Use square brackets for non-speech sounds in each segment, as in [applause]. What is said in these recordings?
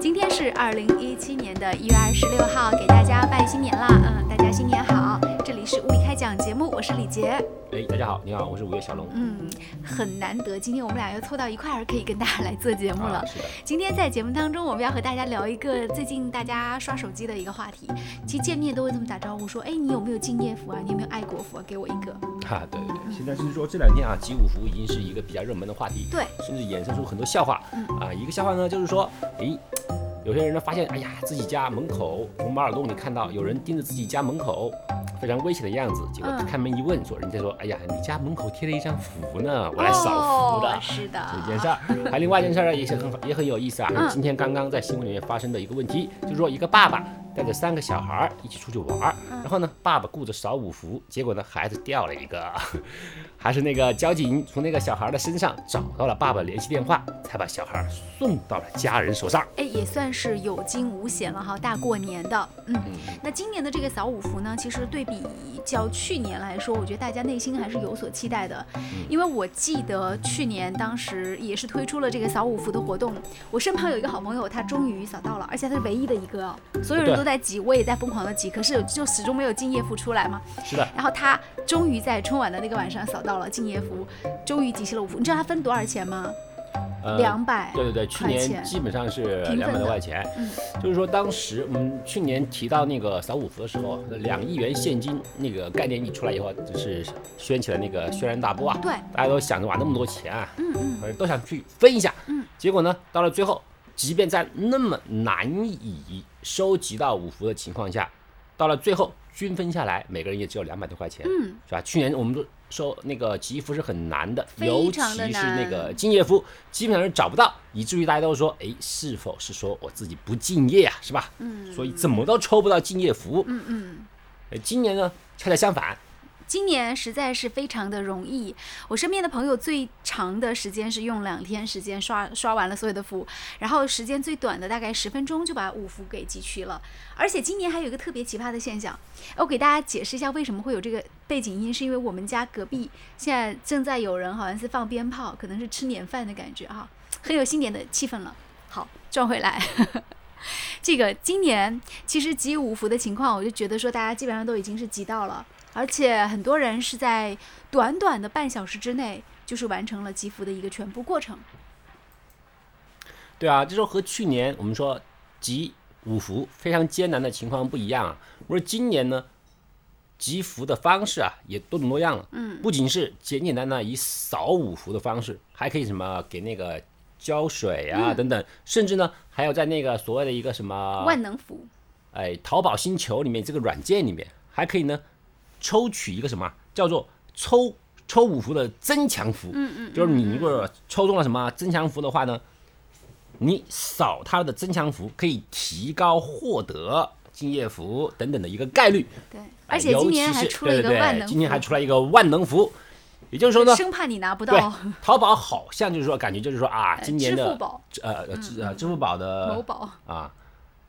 今天是二零一七年的一月二十六号，给大家拜新年啦！嗯，大家新年好，这里是物理开讲节目，我是李杰。哎，大家好，你好，我是午夜小龙。嗯，很难得，今天我们俩又凑到一块儿，可以跟大家来做节目了。啊是的，今天在节目当中，我们要和大家聊一个最近大家刷手机的一个话题。其实见面都会这么打招呼，说：“哎，你有没有敬业福啊？你有没有爱国福、啊？给我一个。哈、对对对，现在就是说这两天啊，集五福已经是一个比较热门的话题，对，嗯甚至衍生出很多笑话。啊，一个笑话呢，就是说，哎，有些人呢发现，哎呀，自己家门口从马耳洞里看到有人盯着自己家门口，非常危险的样子，结果嗯开门一问，说人家说，哎呀，你家门口贴了一张符呢，”我来扫哦，符的。是的，这件事儿，还有另外一件事儿呢，也是很也很有意思啊，就啊嗯是今天刚刚在新闻里面发生的一个问题，就是说一个爸爸带着三个小孩儿一起出去玩儿，嗯然后呢，爸爸顾着扫五福，结果呢，孩子掉了一个， [laughs] 还是那个交警从那个小孩儿的身上找到了爸爸联系电话，才把小孩儿送到了家人手上。哎，也算是有惊无险了哈，大过年的，嗯，那今年的这个扫五福呢，其实对比较去年来说，我觉得大家内心还是有所期待的，嗯因为我记得去年当时也是推出了这个扫五福的活动，我身旁有一个好朋友，他终于扫到了，而且他是唯一的一个哦，所有人对都在挤，我也在疯狂的挤，可是就始终没有敬业福出来嘛，是的，然后他终于在春晚的那个晚上扫到了敬业福，终于集齐了五福，你知道他分多少钱吗？呃，两百、对对对，去块年钱基本上是平分两百的多块钱嗯，就是说当时我们去年提到那个扫五福的时候，两亿元现金那个概念一出来以后，就是掀起了那个轩然大波啊，对，大家都想着哇那么多钱啊，嗯嗯。反正都想去分一下，嗯，结果呢，到了最后，即便在那么难以收集到五福的情况下，到了最后均分下来，每个人也只有两百多块钱，嗯，是吧？去年我们都收那个集一福是很难的，尤非其常的是难那个敬业福，基本上是找不到，以至于大家都说，哎，是否是说我自己不敬业啊，是吧？嗯所以怎么都抽不到敬业福。嗯嗯，哎今年呢，恰恰相反，今年实在是非常的容易。我身边的朋友最长的时间是用两天时间刷刷完了所有的福，然后时间最短的大概十分钟就把五福给集齐了。而且今年还有一个特别奇葩的现象，我给大家解释一下为什么会有这个背景音，是因为我们家隔壁现在正在有人好像是放鞭炮，可能是吃年饭的感觉哈、很有新年的气氛了。好，转回来。 [laughs] 这个今年其实集五福的情况，我就觉得说大家基本上都已经是集到了，而且很多人是在短短的半小时之内，就是完成了集福的一个全部过程。对啊，这时候和去年我们说集五福非常艰难的情况不一样啊。我说今年呢，集福的方式啊也多种多样了。嗯，不仅是简简单单以扫五福的方式，还可以什么给那个浇水啊、等等，甚至呢还有在那个所谓的一个什么万能福，哎，淘宝星球里面这个软件里面还可以呢，抽取一个什么啊叫做抽抽五福的增强福，嗯嗯，就是你如果抽中了什么增强福的话呢，你扫它的增强福可以提高获得敬业福等等的一个概率，对，哎而且今尤年其还是出了一个对对对万能福，今年还出来一个万能福，也就是说呢，生怕你拿不对到。，淘宝好像就是说感觉就是说啊，今年的哦支付宝呃呃支呃支付宝的某宝啊，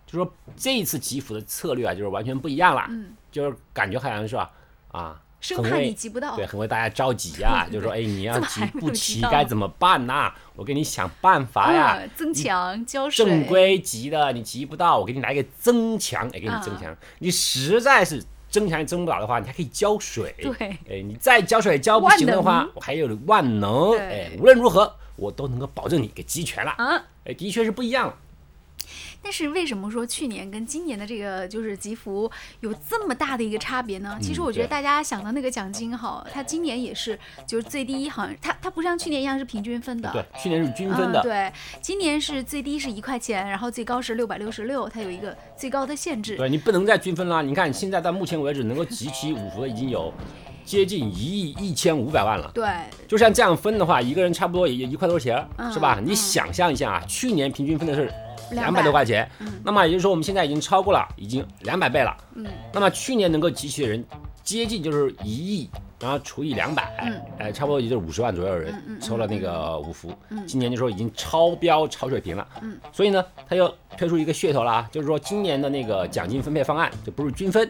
就说这一次集福的策略啊，就是完全不一样了，就是感觉好像是吧啊，嗯生很怕为你集不到嗯对，很为大家着急 [laughs] 啊，就是说哎，你要怎么集还没不有集齐到该怎么办呐、我给你想办法哎呀，啊，增强浇水，正规级的你集不到，我给你来一个增强，哎，给你啊增强。你实在是增强也增不了的话，你还可以浇水。对哎，你再浇水浇不行的万话能，我还有万能。对哎，无论如何，我都能够保证你给集全了。啊。哎，的确是不一样了。但是为什么说去年跟今年的这个就是集福有这么大的一个差别呢？其实我觉得嗯对大家想到那个奖金哈，它今年也是就是最低好像它它不像去年一样是平均分的，对，去年是均分的啊嗯。，对，今年是最低是一块钱，然后最高是六百六十六，它有一个最高的限制。对你不能再均分了。你看，现在到目前为止能够集齐五福的已经有接近一亿一千五百万了。对，就像这样分的话，一个人差不多也也一块多钱儿，嗯是吧？嗯你想象一下啊，去年平均分的是两200百多块钱，那么也就是说我们现在已经超过了，已经两百倍了。嗯，那么去年能够集齐的人，接近就是一亿，然后除以两百、嗯哎，差不多也就是五十万左右的人嗯嗯嗯抽了那个五福。嗯今年就说已经超标、超水平了。嗯，所以呢，他又推出一个噱头了啊，就是说今年的那个奖金分配方案就不是均分，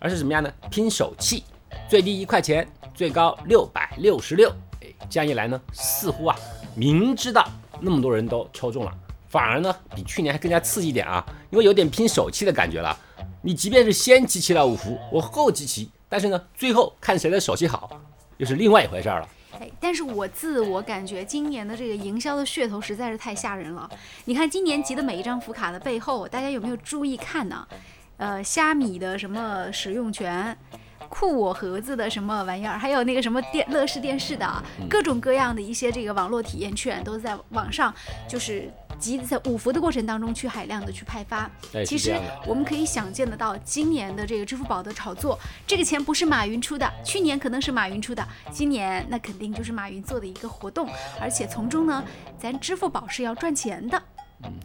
而是怎么样呢？拼手气，最低一块钱，最高六百六十六。哎，这样一来呢，似乎啊，明知道那么多人都抽中了，反而呢比去年还更加刺激一点啊，因为有点拼手气的感觉了。你即便是先集齐了五福，我后集齐，但是呢，最后看谁的手气好，又是另外一回事儿了。哎，但是我自我感觉今年的这个营销的噱头实在是太吓人了。你看今年集的每一张福卡的背后，大家有没有注意看呢？呃，虾米的什么使用权，酷我盒子的什么玩意儿，还有那个什么电乐视电视的啊嗯各种各样的一些这个网络体验券，都在网上就是集在五福的过程当中去海量的去派发。哎，其实是这样的。我们可以想见得到，今年的这个支付宝的炒作，这个钱不是马云出的，去年可能是马云出的，今年那肯定就是马云做的一个活动，而且从中呢，咱支付宝是要赚钱的。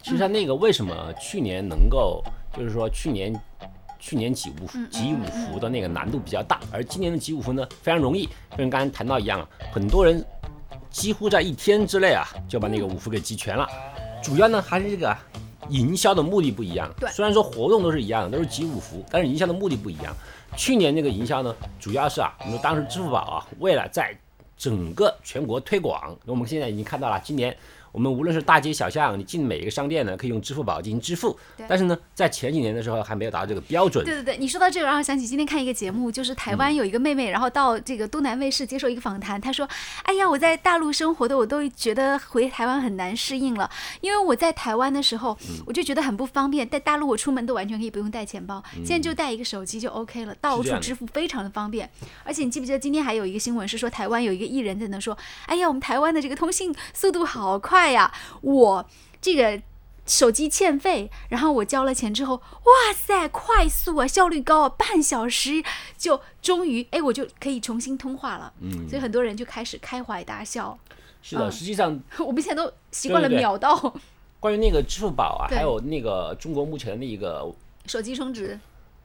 实际上，那个为什么去年能够，就是说去年去年集五集五福的那个难度比较大，而今年的集五福呢非常容易，跟刚才谈到一样啊，很多人几乎在一天之内啊就把那个五福给集全了。主要呢还是这个啊营销的目的不一样。对虽然说活动都是一样的，都是集五福，但是营销的目的不一样。去年那个营销呢，主要是啊，我们说当时支付宝啊，为了在整个全国推广，我们现在已经看到了，今年我们无论是大街小巷，你进每一个商店呢，可以用支付宝进行支付对。但是呢，在前几年的时候还没有达到这个标准。对对对，你说到这个，让我想起今天看一个节目，就是台湾有一个妹妹，然后到这个东南卫视接受一个访谈，她说：“哎呀，我在大陆生活的，我都觉得回台湾很难适应了，因为我在台湾的时候，嗯我就觉得很不方便，在大陆我出门都完全可以不用带钱包，现在就带一个手机就 OK 了，到嗯这处样的支付非常的方便。而且你记不记得今天还有一个新闻是说台湾有一个艺人在那说：哎呀，我们台湾的这个通信速度好快呀，我这个。”手机欠费，然后我交了钱之后，哇塞，快速啊，效率高啊，半小时就终于哎，我就可以重新通话了。嗯，所以很多人就开始开怀大笑。 [laughs] 是的，嗯实际上我们现在都习惯了对对对秒到关于那个支付宝啊，对还有那个中国目前的那个手机充值，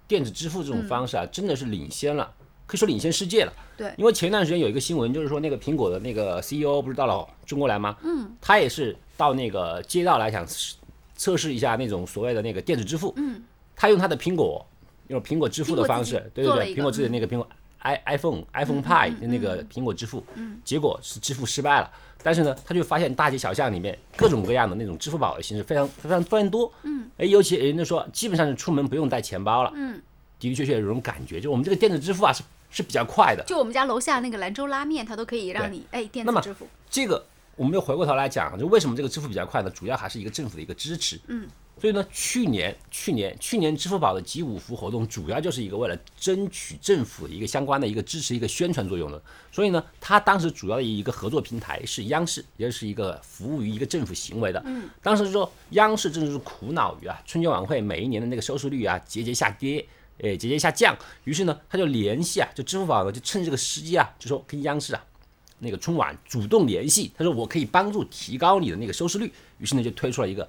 电子支付这种方式啊，真的是领先了，可以说领先世界了。对因为前段时间有一个新闻，就是说那个苹果的那个 CEO 不是到了中国来吗？嗯，他也是到那个街道来想试测试一下那种所谓的那个电子支付。嗯，他用他的苹果，用苹果支付的方苹式果自己，对做对了一对，个嗯苹果自己的那个苹果 i iPhone iPhone Pay 的那个苹果支付，嗯结果是支付失败了。但是呢，他就发现大街小巷里面各种各样的那种支付宝的形式非常非常非常多。嗯，哎，尤其人家说基本上是出门不用带钱包了。嗯，的的确确有这种感觉，就我们这个电子支付啊是是比较快的。就我们家楼下那个兰州拉面，它都可以让对你哎电那子么支付。这个我们又回过头来讲，就为什么这个支付比较快呢？主要还是一个政府的一个支持。嗯，所以呢，去年去年去年支付宝的集五福活动，主要就是一个为了争取政府一个相关的一个支持、一个宣传作用的。所以呢，它当时主要的一个合作平台是央视，也是一个服务于一个政府行为的。嗯，当时说央视正是苦恼于啊春节晚会每一年的那个收视率啊节节下跌。诶，节节下降，于是呢，他就联系啊，就支付宝呢，就趁这个时机啊，就说跟央视啊那个春晚主动联系，他说我可以帮助提高你的那个收视率，于是呢就推出了一个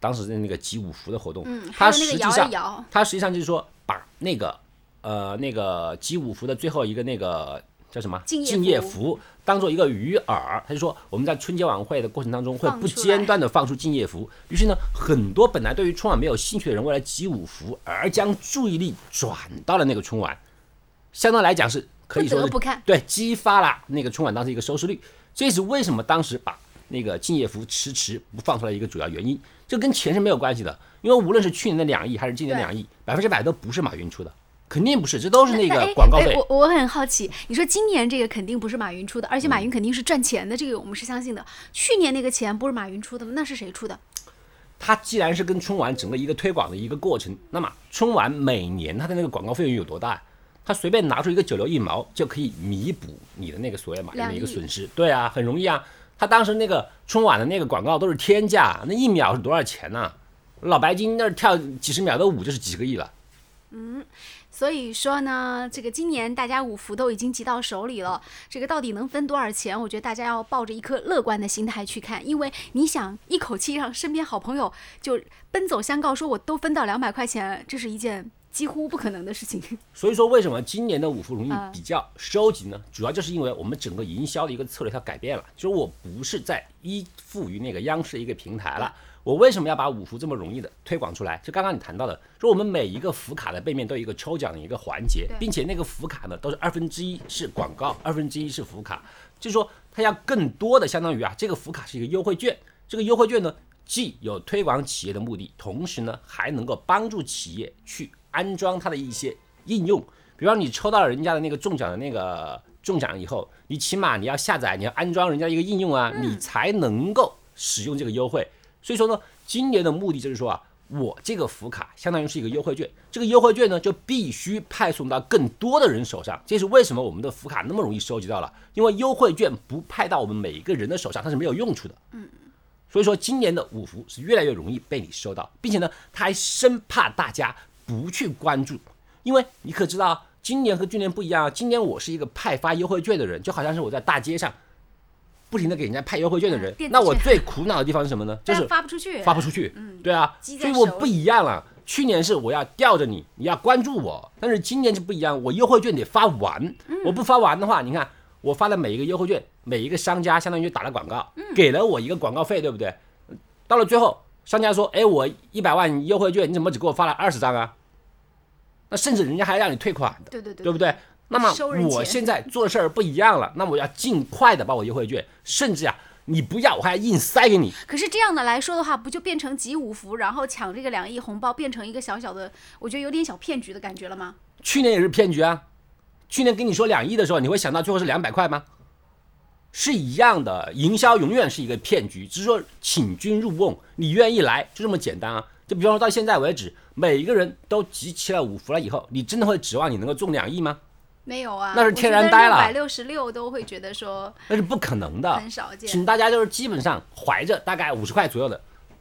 当时的那个集五福的活动。嗯还它有那个实际摇一上摇它实际上就是说把那个呃那个集五福的最后一个那个叫什么敬业业福福当做一个鱼饵，他就说我们在春节晚会的过程当中会放不出间来断的放出敬业福，于是呢很多本来对于春晚没有兴趣的人为了集五福而将注意力转到了那个春晚，相当来讲是可以不得说是不看对，激发了那个春晚当时一个收视率，这也是为什么当时把那个敬业福迟迟不放出来一个主要原因。这跟钱是没有关系的，因为无论是去年的两亿还是今年对两亿，百分之百都不是马云出的，肯定不是，这都是那那个哎广告哎费。我我很好奇，你说今年这个肯定不是马云出的，而且马嗯云肯定是赚钱的，这个我们是相信的。去年那个钱不是马云出的吗？那是谁出的？它既然是跟春晚整个一个推广的一个过程，那么春晚每年它的那个广告费用有多大？它随便拿出一个九牛一毛就可以弥补你的那个所谓马云的一个两亿损失。对啊，很容易啊。他当时那个春晚的那个广告都是天价，那一秒是多少钱呢、老白金那儿跳几十秒的舞就是几个亿了。所以说呢，这个今年大家五福都已经集到手里了，这个到底能分多少钱？我觉得大家要抱着一颗乐观的心态去看，因为你想一口气让身边好朋友就奔走相告，说我都分到两百块钱，这是一件几乎不可能的事情。所以说，为什么今年的五福容易比较收集呢？主要就是因为我们整个营销的一个策略它改变了，就是我不是在依附于那个央视的一个平台了。我为什么要把五福这么容易的推广出来？就刚刚你谈到的，说我们每一个福卡的背面都有一个抽奖的一个环节对，并且那个福卡呢都是二分之一是广告，二分之一是福卡，就是说它要更多的相当于啊，这个福卡是一个优惠券，这个优惠券呢既有推广企业的目的，同时呢还能够帮助企业去安装它的一些应用。比方你抽到了人家的那个中奖的那个中奖以后，你起码你要下载，你要安装人家一个应用啊，你才能够使用这个优惠。所以说呢，今年的目的就是说啊，我这个福卡相当于是一个优惠券，这个优惠券呢就必须派送到更多的人手上。这是为什么我们的福卡那么容易收集到了，因为优惠券不派到我们每一个人的手上，它是没有用处的。嗯。所以说，今年的五福是越来越容易被你收到，并且呢，他还生怕大家不去关注，因为你可知道，今年和去年不一样啊。今年我是一个派发优惠券的人，就好像是我在大街上不停的给人家派优惠券的人。嗯电子那我券最苦恼的地方是什么呢？就是但发不出去，哎发不出去。对啊，鸡嗯所在以我手不一样了。去年是我要吊着你，你要关注我，但是今年是不一样，我优惠券得发完。嗯我不发完的话，你看我发的每一个优惠券，每一个商家相当于打了广告，嗯给了我一个广告费，对不对？到了最后，商家说：“哎，我一百万优惠券，你怎么只给我发了二十张啊？”那甚至人家还让你退款的。对对对对不对？那么收人钱我现在做事儿不一样了，那么我要尽快的把我优惠券，甚至呀、啊你不要我还硬塞给你，可是这样的来说的话，不就变成集五福，然后抢这个两亿红包，变成一个小小的，我觉得有点小骗局的感觉了吗？去年也是骗局啊。去年跟你说两亿的时候，你会想到最后是两百块吗？是一样的，营销永远是一个骗局，只是说请君入瓮，你愿意来就这么简单啊。就比方说到现在为止，每一个人都集齐了五福了以后，你真的会指望你能够中两亿吗？没有啊，那是天然呆六了百六十六都会觉得说那是不可能的。很少见，请大家就是基本上怀着大概五十块左右的，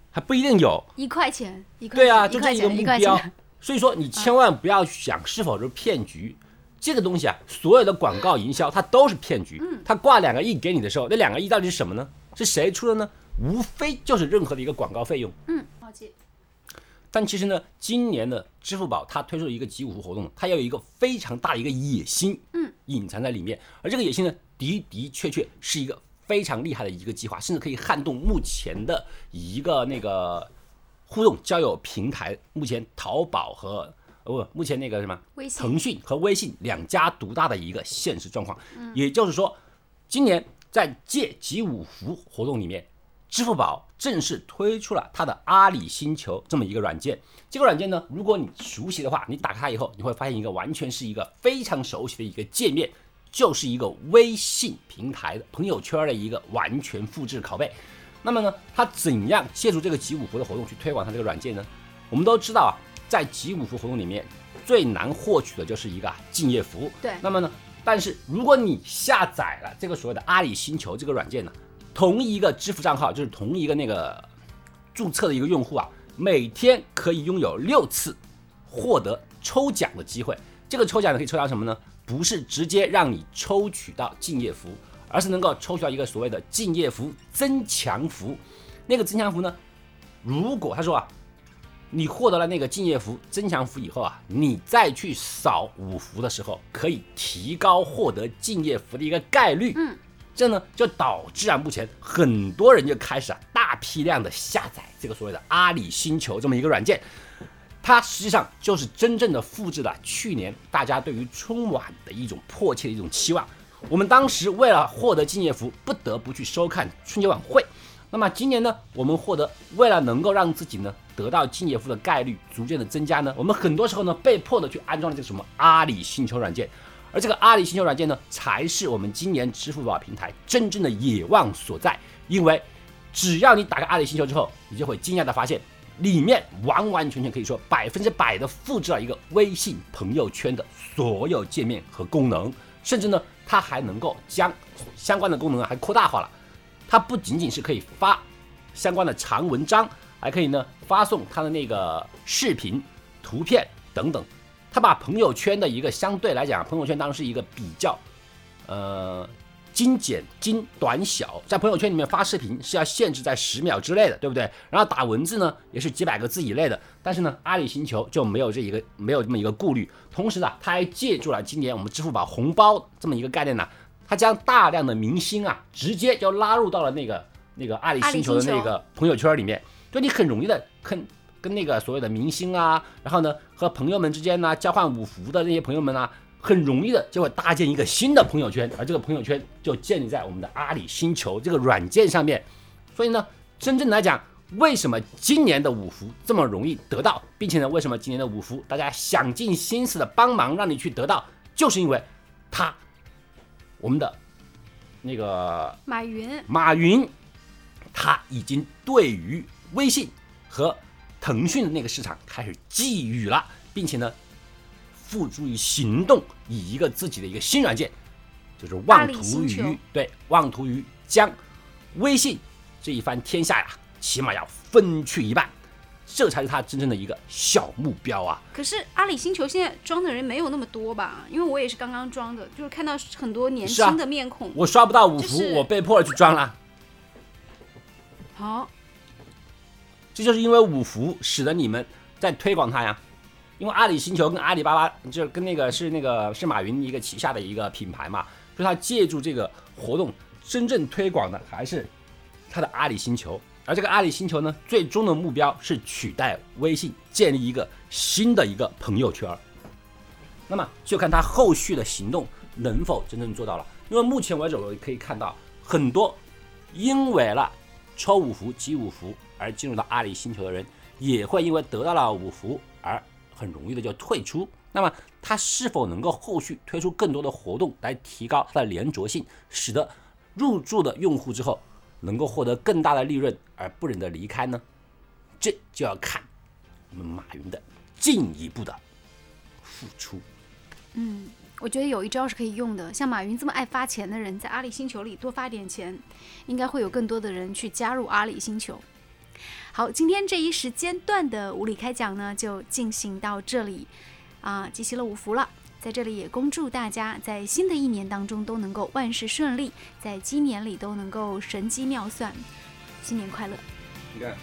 还不一定有，一块钱，一块对啊，钱，就一这块一个钱，目一块标钱。。所以说，你千万不要想是否是骗局，这个东西啊，所有的广告营销它都是骗局。它挂两个亿给你的时候，那两个亿到底是什么呢？是谁出的呢？无非就是任何的一个广告费用。嗯，好记。但其实呢，今年的支付宝它推出了一个集五福活动，它要有一个非常大的一个野心，嗯，隐藏在里面。而这个野心呢，的的确确是一个非常厉害的一个计划，甚至可以撼动目前的一个那个互动交友平台，目前淘宝和呃不，目前那个什么微信腾讯和微信两家独大的一个现实状况。嗯也就是说，今年在借集五福活动里面，支付宝正式推出了它的阿里星球这么一个软件。这个软件呢，如果你熟悉的话，你打开它以后，你会发现一个完全是一个非常熟悉的一个界面，就是一个微信平台的朋友圈的一个完全复制拷贝。那么呢，它怎样借助这个集五福的活动去推广它这个软件呢？我们都知道啊，在集五福活动里面，最难获取的就是一个啊竞业服务。对那么呢，但是如果你下载了这个所谓的阿里星球这个软件呢，同一个支付账号，就是同一个那个注册的一个用户啊，每天可以拥有六次获得抽奖的机会。这个抽奖呢，可以抽到什么呢？不是直接让你抽取到敬业福，而是能够抽取到一个所谓的敬业福增强服。那个增强服呢，如果他说啊，你获得了那个敬业福增强服以后啊，你再去扫五福的时候，可以提高获得敬业福的一个概率。嗯，这呢就导致啊，目前很多人就开始啊大批量的下载这个所谓的阿里星球这么一个软件。它实际上就是真正的复制了去年大家对于春晚的一种迫切的一种期望。我们当时为了获得敬业福，不得不去收看春节晚会。那么今年呢，我们获得为了能够让自己呢得到敬业福的概率逐渐的增加呢，我们很多时候呢被迫的去安装了这个什么阿里星球软件，而这个阿里星球软件呢，才是我们今年支付宝平台真正的野望所在，因为只要你打开阿里星球之后，你就会惊讶的发现，里面完完全全可以说百分之百的复制了一个微信朋友圈的所有界面和功能，甚至呢，它还能够将相关的功能啊还扩大化了。它不仅仅是可以发相关的长文章，还可以呢发送它的那个视频、图片等等。它把朋友圈的一个相对来讲，朋友圈当然是一个比较呃精简、精短小，在朋友圈里面发视频是要限制在十秒之内的，对不对？然后打文字呢，也是几百个字以内的。但是呢，阿里星球就没有这一个没有这么一个顾虑。同时呢，它还借助了今年我们支付宝红包这么一个概念呢，它将大量的明星啊，直接就拉入到了那个那个阿里阿里星球的星球那个朋友圈里面，就你很容易的跟跟那个所谓的明星啊，然后呢和朋友们之间呢、交换五福的那些朋友们啊，很容易的就会搭建一个新的朋友圈，而这个朋友圈就建立在我们的阿里星球这个软件上面。所以呢，真正来讲，为什么今年的五福这么容易得到，并且呢，为什么今年的五福大家想尽心思的帮忙让你去得到，就是因为他，我们的那个马云，马云，他已经对于微信和腾讯的那个市场开始寄予了，并且呢，付诸于行动，以一个自己的一个新软件，就是大妄力图星球于对妄图于将微信这一番天下呀，起码要分去一半，这才是他真正的一个小目标啊。可是阿里星球现在装的人没有那么多吧？因为我也是刚刚装的，就是看到很多年是啊轻的面孔。我刷不到五就福，是我被迫去装了。好，这就是因为五福使得你们在推广它呀。因为阿里星球跟阿里巴巴就是跟那个是那个是马云一个旗下的一个品牌嘛，所以他借助这个活动真正推广的还是他的阿里星球，而这个阿里星球呢，最终的目标是取代微信，建立一个新的一个朋友圈儿。那么就看他后续的行动能否真正做到了。因为目前为止，我可以看到很多因为了抽五福、集五福而进入到阿里星球的人，也会因为得到了五福而很容易的就退出。那么，它是否能够后续推出更多的活动来提高它的连着性，使得入驻的用户之后能够获得更大的利润而不忍得离开呢？这就要看我们马云的进一步的付出。我觉得有一招是可以用的，像马云这么爱发钱的人，在阿里星球里多发点钱，应该会有更多的人去加入阿里星球。好，今天这一时间段的无理开讲呢，就进行到这里啊，集齐了五福了。在这里也恭祝大家在新的一年当中都能够万事顺利，在鸡年里都能够神机妙算，新年快乐！你看，